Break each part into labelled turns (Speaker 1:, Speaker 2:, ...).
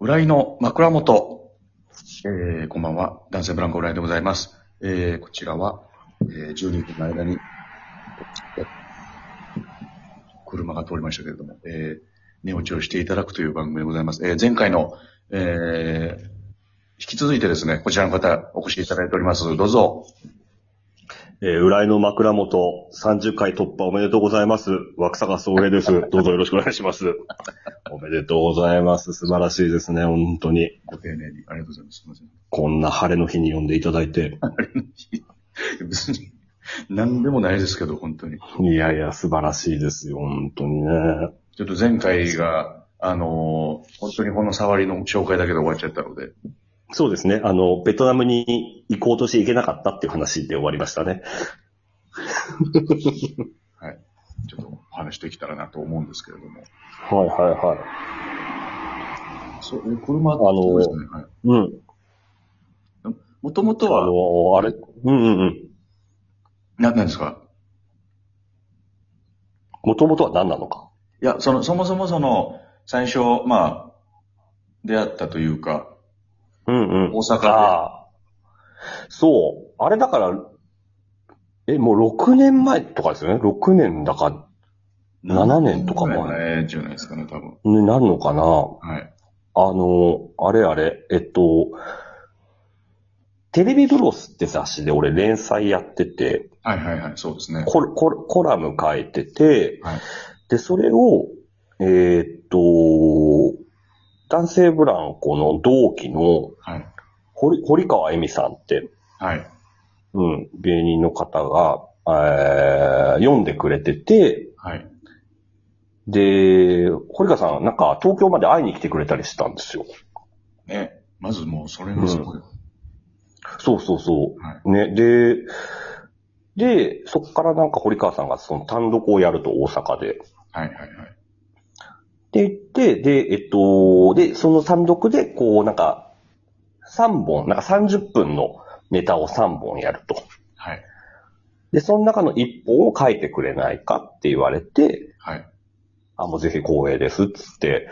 Speaker 1: 浦井の枕元。えー、こんばんは。男性ブランコ浦井でございます。えー、こちらは、えー、12分の間に、車が通りましたけれども、えー、寝落ちをしていただくという番組でございます。えー、前回の、えー、引き続いてですね、こちらの方、お越しいただいております。どうぞ。
Speaker 2: えー、浦井の枕元、30回突破おめでとうございます。若坂総平 です。どうぞよろしくお願いします。おめでとうございます。素晴らしいですね、本当に。
Speaker 1: ご丁寧に。ありがとうございます。すみません。
Speaker 2: こんな晴れの日に呼んでいただいて。
Speaker 1: 別に、何でもないですけど、本当に。
Speaker 2: いやいや、素晴らしいですよ、本当にね。
Speaker 1: ちょっと前回が、あのー本当にこの触りの紹介だけで終わっちゃったので、
Speaker 2: そうですね、あの、ベトナムに行こうとして行けなかったっていう話で終わりましたね。
Speaker 1: はい。ちょっとお話できたらなと思うんですけれども。
Speaker 2: はいはいはい。
Speaker 1: そう、え車、あ
Speaker 2: のー
Speaker 1: ですね、はい。
Speaker 2: うん。
Speaker 1: もとも
Speaker 2: あ
Speaker 1: とは、
Speaker 2: の、あれうんうんうん。
Speaker 1: な、なんですか
Speaker 2: もともとは何なのか。
Speaker 1: いや、その、そもそもその、最初、まあ、出会ったというか、
Speaker 2: うんうん
Speaker 1: 大阪
Speaker 2: ああ。そう。あれだから、え、もう6年前とかですよね。6年だか、
Speaker 1: で、
Speaker 2: 7年とか前
Speaker 1: 前じゃないですかね、多分。
Speaker 2: になるのかな。
Speaker 1: はい。
Speaker 2: あの、あれあれ、えっと、テレビブロスって雑誌で俺連載やってて、
Speaker 1: はいはいはい、そうですね。
Speaker 2: コココラム書いてて、
Speaker 1: はい
Speaker 2: で、それを、えーっと、男性ブランコの同期の
Speaker 1: はい。
Speaker 2: 堀堀川恵美さんって、
Speaker 1: はい。
Speaker 2: うん、芸人の方が、えー、読んでくれてて、
Speaker 1: はい。
Speaker 2: で、堀川さん、なんか東京まで会いに来てくれたりしたんですよ。
Speaker 1: ね。まずもう、それがすごい。
Speaker 2: そうそうそ
Speaker 1: は
Speaker 2: う。ね、で、で、そっからなんか堀川さんがその単独をやると大阪で。
Speaker 1: はいはいはい。
Speaker 2: って言って、で、えっと、で、その単独で、こう、なんか、3本、なんか30分のネタを3本やると。
Speaker 1: はい。
Speaker 2: で、その中の1本を書いてくれないかって言われて、
Speaker 1: はい。
Speaker 2: あ、もうぜひ光栄ですっつって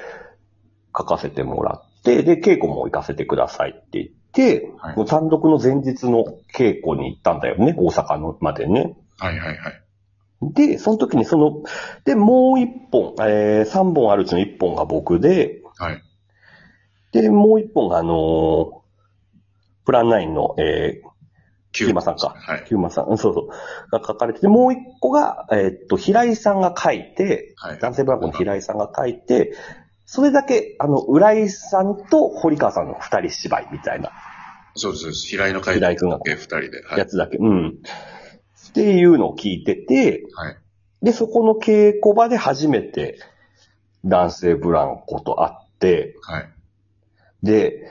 Speaker 2: 書かせてもらって、で、稽古も行かせてくださいって言って、
Speaker 1: はい
Speaker 2: もう単独の前日の稽古に行ったんだよね、大阪のまでね。
Speaker 1: はいはいはい。
Speaker 2: で、その時にその、で、もう一本、えー、三本あるうちの一本が僕で、
Speaker 1: はい。
Speaker 2: で、もう一本があのープランナインの、えー、
Speaker 1: キ
Speaker 2: キューマさんか
Speaker 1: はい。
Speaker 2: ヒューマンさん、うんそうそう、が書かれてて、もう一個が、えーっと、平井さんが書いて、
Speaker 1: はい。
Speaker 2: 男性ブランコの平井さんが書いて、それだけ、あの、浦井さんと堀川さんの二人芝居みたいな
Speaker 1: そうですそうです。平井の会
Speaker 2: 平井君が
Speaker 1: だけ二人で。は
Speaker 2: や
Speaker 1: い。
Speaker 2: つだけ、うん。っていうのを聞いてて、
Speaker 1: はい。
Speaker 2: で、そこの稽古場で初めて男性ブランコと会って、
Speaker 1: はい。
Speaker 2: で、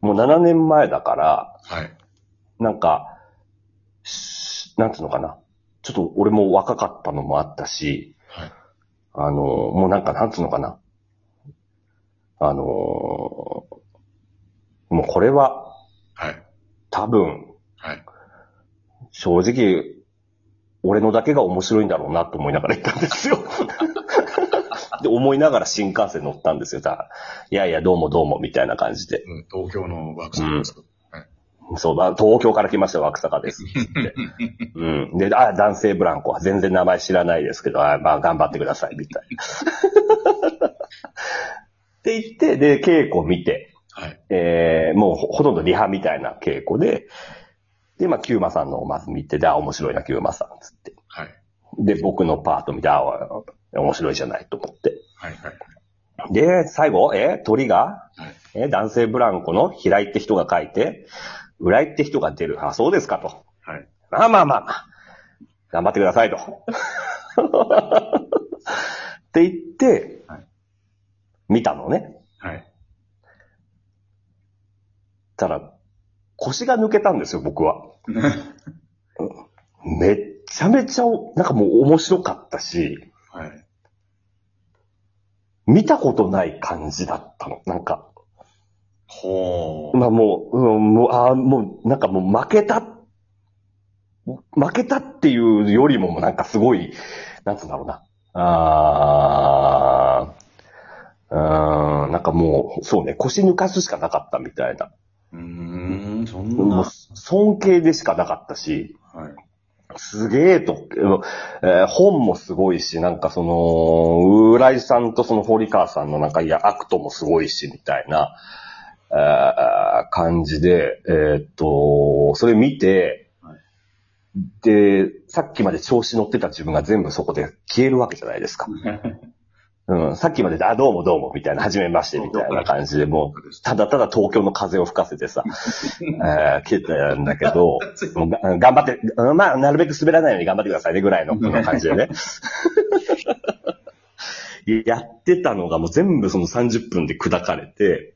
Speaker 2: もう7年前だから、
Speaker 1: はい。
Speaker 2: なんか、しなんつうのかな。ちょっと俺も若かったのもあったし、
Speaker 1: はい。
Speaker 2: あの、もうなんか、なんつうのかな。あのーもうこれは、
Speaker 1: はい。
Speaker 2: 多分、
Speaker 1: はい。
Speaker 2: 正直、俺のだけが面白いんだろうなと思いながら行ったんで すよ。で、思いながら新幹線乗ったんですよ。さいやいや、どうもどうも、みたいな感じで。
Speaker 1: うん東京のワークさんですけど。
Speaker 2: そう、まあ東京から来ました、若坂 です。ってうん。で、あ、男性ブランコは全然名前知らないですけど、あまあ、頑張ってください、みたいな。 って言って、で、稽古見て、
Speaker 1: はい。
Speaker 2: えー、もうほほとんどリハみたいな稽古で、で、まあ、キューマさんのをまず見て、で、あ、面白いな、キューマさん、つって。
Speaker 1: はい。
Speaker 2: で、僕のパート見て、あ、お面白いじゃないと思って。
Speaker 1: はい。はい。
Speaker 2: で、最後、え、鳥が、
Speaker 1: はい
Speaker 2: え、男性ブランコの平井って人が書いて、浦井って人が出る。あ、そうですかと。
Speaker 1: はい。
Speaker 2: まあまあまあまあ、頑張ってくださいと。 って言って、
Speaker 1: はい
Speaker 2: 見たのね。
Speaker 1: はい。
Speaker 2: たら、腰が抜けたんですよ、僕は。めっちゃめちゃお、なんかもう面白かったし、
Speaker 1: はい。
Speaker 2: 見たことない感じだったの。なんか、
Speaker 1: ほう。
Speaker 2: まあもう、うん、もう、ああ、もう、なんかもう負けた、負けたっていうよりも、なんかすごい、なんつうんだろうな。ああ、うーうん、なんかもう、そうね、腰抜かすしかなかったみたいな。
Speaker 1: うーん、そん
Speaker 2: もう
Speaker 1: な。、
Speaker 2: 尊敬でしかなかったし、
Speaker 1: はい。
Speaker 2: すげえと、えー本もすごいし、なんかその、浦井さんとその堀川さんのなんか、いや、アクトもすごいし、みたいな、あー感じで、えーっと、それ見て
Speaker 1: はい、
Speaker 2: で、さっきまで調子乗ってた自分が全部そこで消えるわけじゃないですか。うん、さっきまでで、あ、どうもどうも、みたいな、はじめまして、みたいな感じで、もう、ただただ東京の風を吹かせてさ、えー、来てたんだけ ど、もうが頑張って、うんまあ、なるべく滑らないように頑張ってくださいねぐらいのこんな感じでね。 やってたのがもう全部その30分で砕かれて、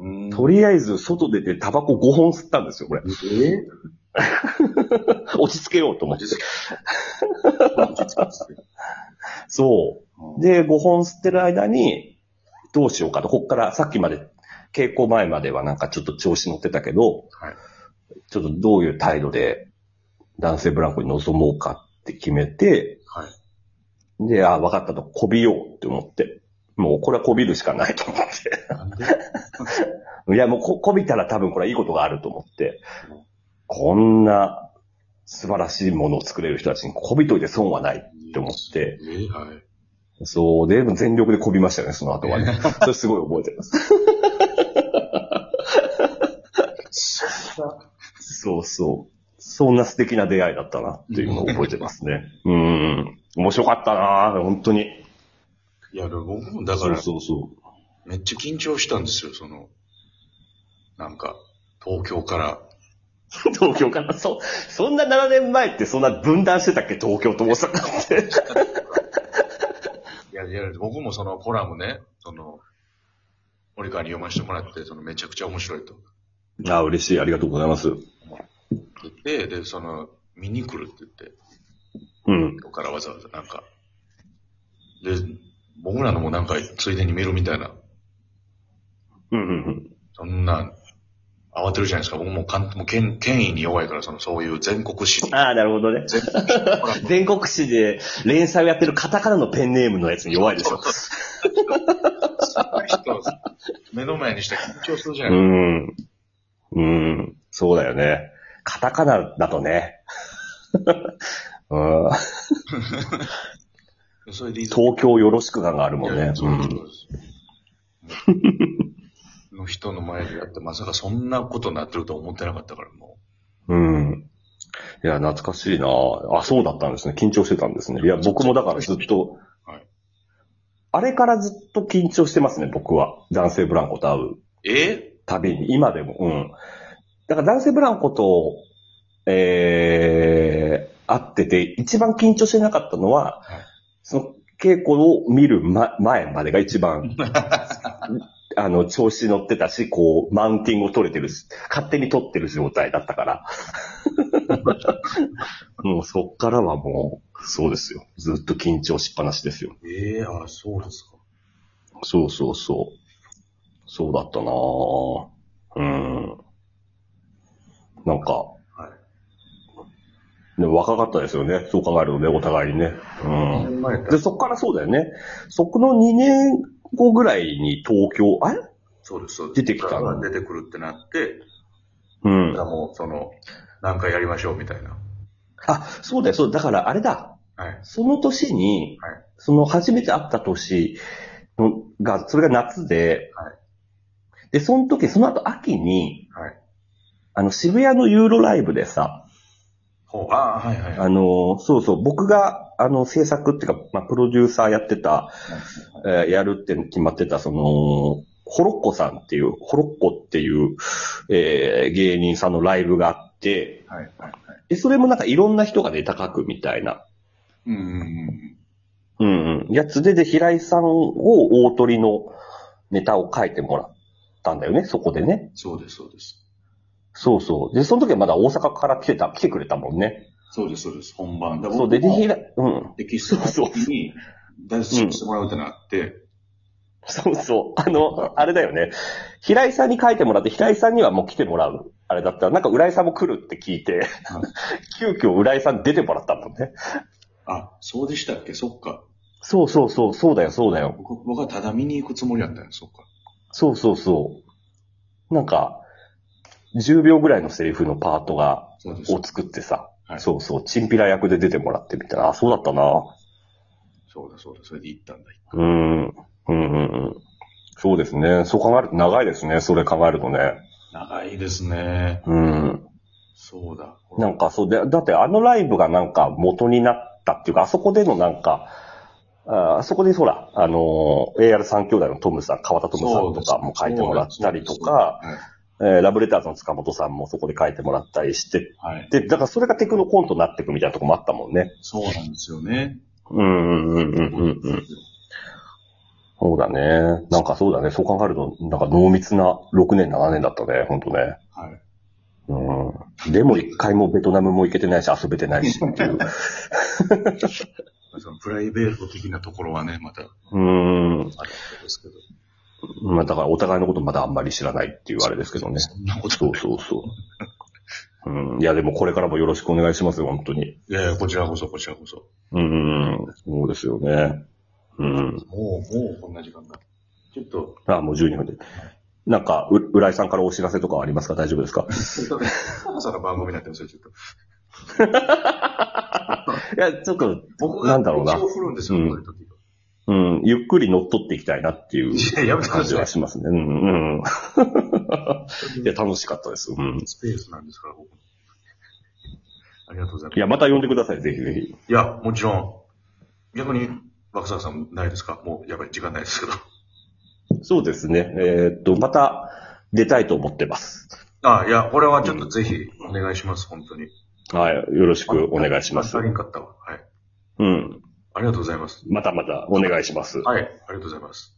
Speaker 1: うん
Speaker 2: とりあえず外出てタバコ5本吸ったんですよ、これ。
Speaker 1: え
Speaker 2: 落ち着けようと思って
Speaker 1: 落。ち着け落ち着け
Speaker 2: そ
Speaker 1: う
Speaker 2: う。
Speaker 1: ん
Speaker 2: で、5本吸ってる間に、どうしようかと、こっからさっきまで、稽古前まではなんかちょっと調子乗ってたけど、
Speaker 1: はい
Speaker 2: ちょっとどういう態度で男性ブランコに臨もうかって決めて、
Speaker 1: はい
Speaker 2: で、あ、わかったと、こびようって思って。もうこれはこびるしかないと思っ
Speaker 1: なんで
Speaker 2: て。いや、もうここびたら多分これはいいことがあると思って、こんな素晴らしいものを作れる人たちにこびといて損はない。て思って。
Speaker 1: えーはい。
Speaker 2: そう、で、全力でこびましたよね、その後は ね。それすごい覚えてます。 そうそう。そんな素敵な出会いだったなっていうのを覚えてます ね。うん。面白かったな本当に。
Speaker 1: いや、でも僕もだから、
Speaker 2: そうそ
Speaker 1: めっちゃ緊張したんですよ、その、なんか、東京から。
Speaker 2: う。 東京から、そ、そんな7年前ってそんな分断してたっけ東京と大阪って。
Speaker 1: いや、いや、僕もそのコラムね、その、森川に読ませてもらって、そのめちゃくちゃ面白いと
Speaker 2: あ、嬉しい。ありがとうございます。う
Speaker 1: 言って、で、その、見に来るって言って、
Speaker 2: ん。
Speaker 1: ここからわざわざなんか。で、僕らのもなんか、ついでに見るみたいな、
Speaker 2: うんうんうん。
Speaker 1: そんな、慌てるじゃないですか。僕もかん、もう権権威に弱いから、その、そういう全国史。
Speaker 2: ああ、なるほどね。
Speaker 1: 全国史コラム
Speaker 2: 全国紙で連載をやってるカタカナのペンネームのやつに弱いでしょ。
Speaker 1: 人を目の前にして緊張するじゃ
Speaker 2: う
Speaker 1: ない、
Speaker 2: ん。うん。そうだよね。カタカナだとね。 うん
Speaker 1: それでいざ
Speaker 2: 東京よろしく感があるもん
Speaker 1: い
Speaker 2: ね
Speaker 1: や。
Speaker 2: う
Speaker 1: そうです
Speaker 2: ん、
Speaker 1: そうですの人の前でやって、まさかそんなことになってるとは思ってなかったから、も
Speaker 2: うん。いや、懐かしいなあ、そうだったんですね。緊張してたんですね。いや、僕もだからずっと、
Speaker 1: はい
Speaker 2: あれからずっと緊張してますね、僕は。男性ブランコと会う
Speaker 1: う。え
Speaker 2: たびに、今でも。うん。だから男性ブランコと、えー、会ってて、一番緊張してなかったのは、
Speaker 1: はい
Speaker 2: その稽古を見る、ま、前までが一番、あの、調子乗ってたし、こう、マウンティングを取れてるし、勝手に取ってる状態だったから。もうそっからはもう、そうですよ。ずっと緊張しっぱなしですよ。
Speaker 1: ええあ、そうですか。
Speaker 2: そうそうそう。そうだったなぁ。うん。なんか、でも若かったですよね。そう考えるとね、お互いにね。うん。
Speaker 1: 前だ
Speaker 2: で、そっからそうだよね。そこの2年後ぐらいに東京、あれ
Speaker 1: そうです、そうです。
Speaker 2: 出てきたの
Speaker 1: 出てくるってなって、
Speaker 2: うん。
Speaker 1: もう、その、なんかやりましょうみたいな。
Speaker 2: あ、そうだよ、そうだ。からあれだ。
Speaker 1: はい。
Speaker 2: その年に、
Speaker 1: はい
Speaker 2: その初めて会った年のが、それが夏で、
Speaker 1: は
Speaker 2: で、その時、その後秋に、
Speaker 1: はい
Speaker 2: あの、渋谷のユーロライブでさ、
Speaker 1: ほう、ああ、はいはいはい。
Speaker 2: あの、そうそう、僕が、あの、制作っていうか、まあ、プロデューサーやってた、えーやるって決まってた、その、ホロッコさんっていう、ホロッコっていう、えー芸人さんのライブがあって、
Speaker 1: はいはいはい。
Speaker 2: で、それもなんかいろんな人がネタ書くみたいな、
Speaker 1: うんうんうん。
Speaker 2: うんうん、やつで、で、平井さんを大鳥のネタを書いてもらったんだよね、そこでね。
Speaker 1: そうです、そうです。
Speaker 2: そうそう。で、その時はまだ大阪から来てた、来てくれたもんね。
Speaker 1: そうです、そうです。本番。だ
Speaker 2: そうで、で、
Speaker 1: 僕も
Speaker 2: ひら、うん。
Speaker 1: テキストの時に、出してもらうってなって、
Speaker 2: そうそう。あの、あれだよね。平井さんに書いてもらって、平井さんにはもう来てもらう。あれだったら、なんか浦井さんも来るって聞いて、 急遽浦井さん出てもらったもんね。
Speaker 1: あ、そうでしたっけそっか。
Speaker 2: そうそうそう、そうだよ、そうだよ。
Speaker 1: 僕僕はただ見に行くつもりやったんや、そっか。
Speaker 2: そうそうそう。なんか、10秒ぐらいのセリフのパートが、
Speaker 1: そうです。
Speaker 2: を作ってさ、
Speaker 1: はい
Speaker 2: そうそう、チンピラ役で出てもらってみたいな、あ、そうだったな。
Speaker 1: そうだそうだ、それで行ったんだ。
Speaker 2: うん、うん、うん、うん。そうですね。そう考えると長いですね。それ考えるとね。
Speaker 1: 長いですね。
Speaker 2: うん。
Speaker 1: そうだ。
Speaker 2: なんかそうで、だってあのライブがなんか元になったっていうか、あそこでのなんか、ああそこでほら、あのー AR3 兄弟のトムさん、川田トムさんとかも書いてもらったりとか、
Speaker 1: そうです、
Speaker 2: えーラブレターズの塚本さんもそこで書いてもらったりして
Speaker 1: はい。はい。
Speaker 2: で、だからそれがテクノコントになっていくみたいなとこもあったもんね。
Speaker 1: そうなんですよね。
Speaker 2: うんうんうんうんうんうん。そうだね。なんかそうだね。そう考えると、なんか濃密な6年7年だったね。ほんとね。
Speaker 1: はい。
Speaker 2: うん。でも一回もベトナムも行けてないし、遊べてないしって いう。
Speaker 1: そのプライベート的なところはね、また、あ
Speaker 2: うん。
Speaker 1: れですけど。
Speaker 2: まあだからお互いのことまだあんまり知らないっていうあれですけどね。
Speaker 1: そんなこと
Speaker 2: そ
Speaker 1: な
Speaker 2: うそうそう。うん。いや、でもこれからもよろしくお願いしますよ、本当
Speaker 1: い。
Speaker 2: に。
Speaker 1: いやいや、こちらこそ、こちらこそ。
Speaker 2: うん。そうですよね。うん。
Speaker 1: もう、もうこんな時間だ。ちょっと、
Speaker 2: あ、もう12分で。なんか、う浦井さんからお知らせとかはありますか大丈夫ですか
Speaker 1: 朝の番組になってますよ、ちょっと。
Speaker 2: いや、ちょっと、
Speaker 1: 僕
Speaker 2: なんだろうな
Speaker 1: 一応振るんですよ、
Speaker 2: うん
Speaker 1: こういう時
Speaker 2: うん、ゆっくり乗っ取っていきたいなっていう
Speaker 1: いや、やめてく
Speaker 2: 感
Speaker 1: だ
Speaker 2: じ
Speaker 1: さ。
Speaker 2: はいしますね。うん、うん。 いや、楽しかったです。うん。
Speaker 1: スペースなんですから、僕。ありがとうございます。
Speaker 2: いや、また呼んでください、ぜひぜひ。
Speaker 1: いや、もちろん、逆に、爆沢さんないですかもう、やばい、時間ないですけど。
Speaker 2: そうですね。えーっと、また出たいと思ってます。
Speaker 1: ああいや、これはちょっとぜひ、お願いします、本当に。
Speaker 2: はい、よろしくお願いします
Speaker 1: 足。りんかったわ。はい。
Speaker 2: うん。
Speaker 1: ありがとうございます。
Speaker 2: またまたお願いします。
Speaker 1: はい、ありがとうございます。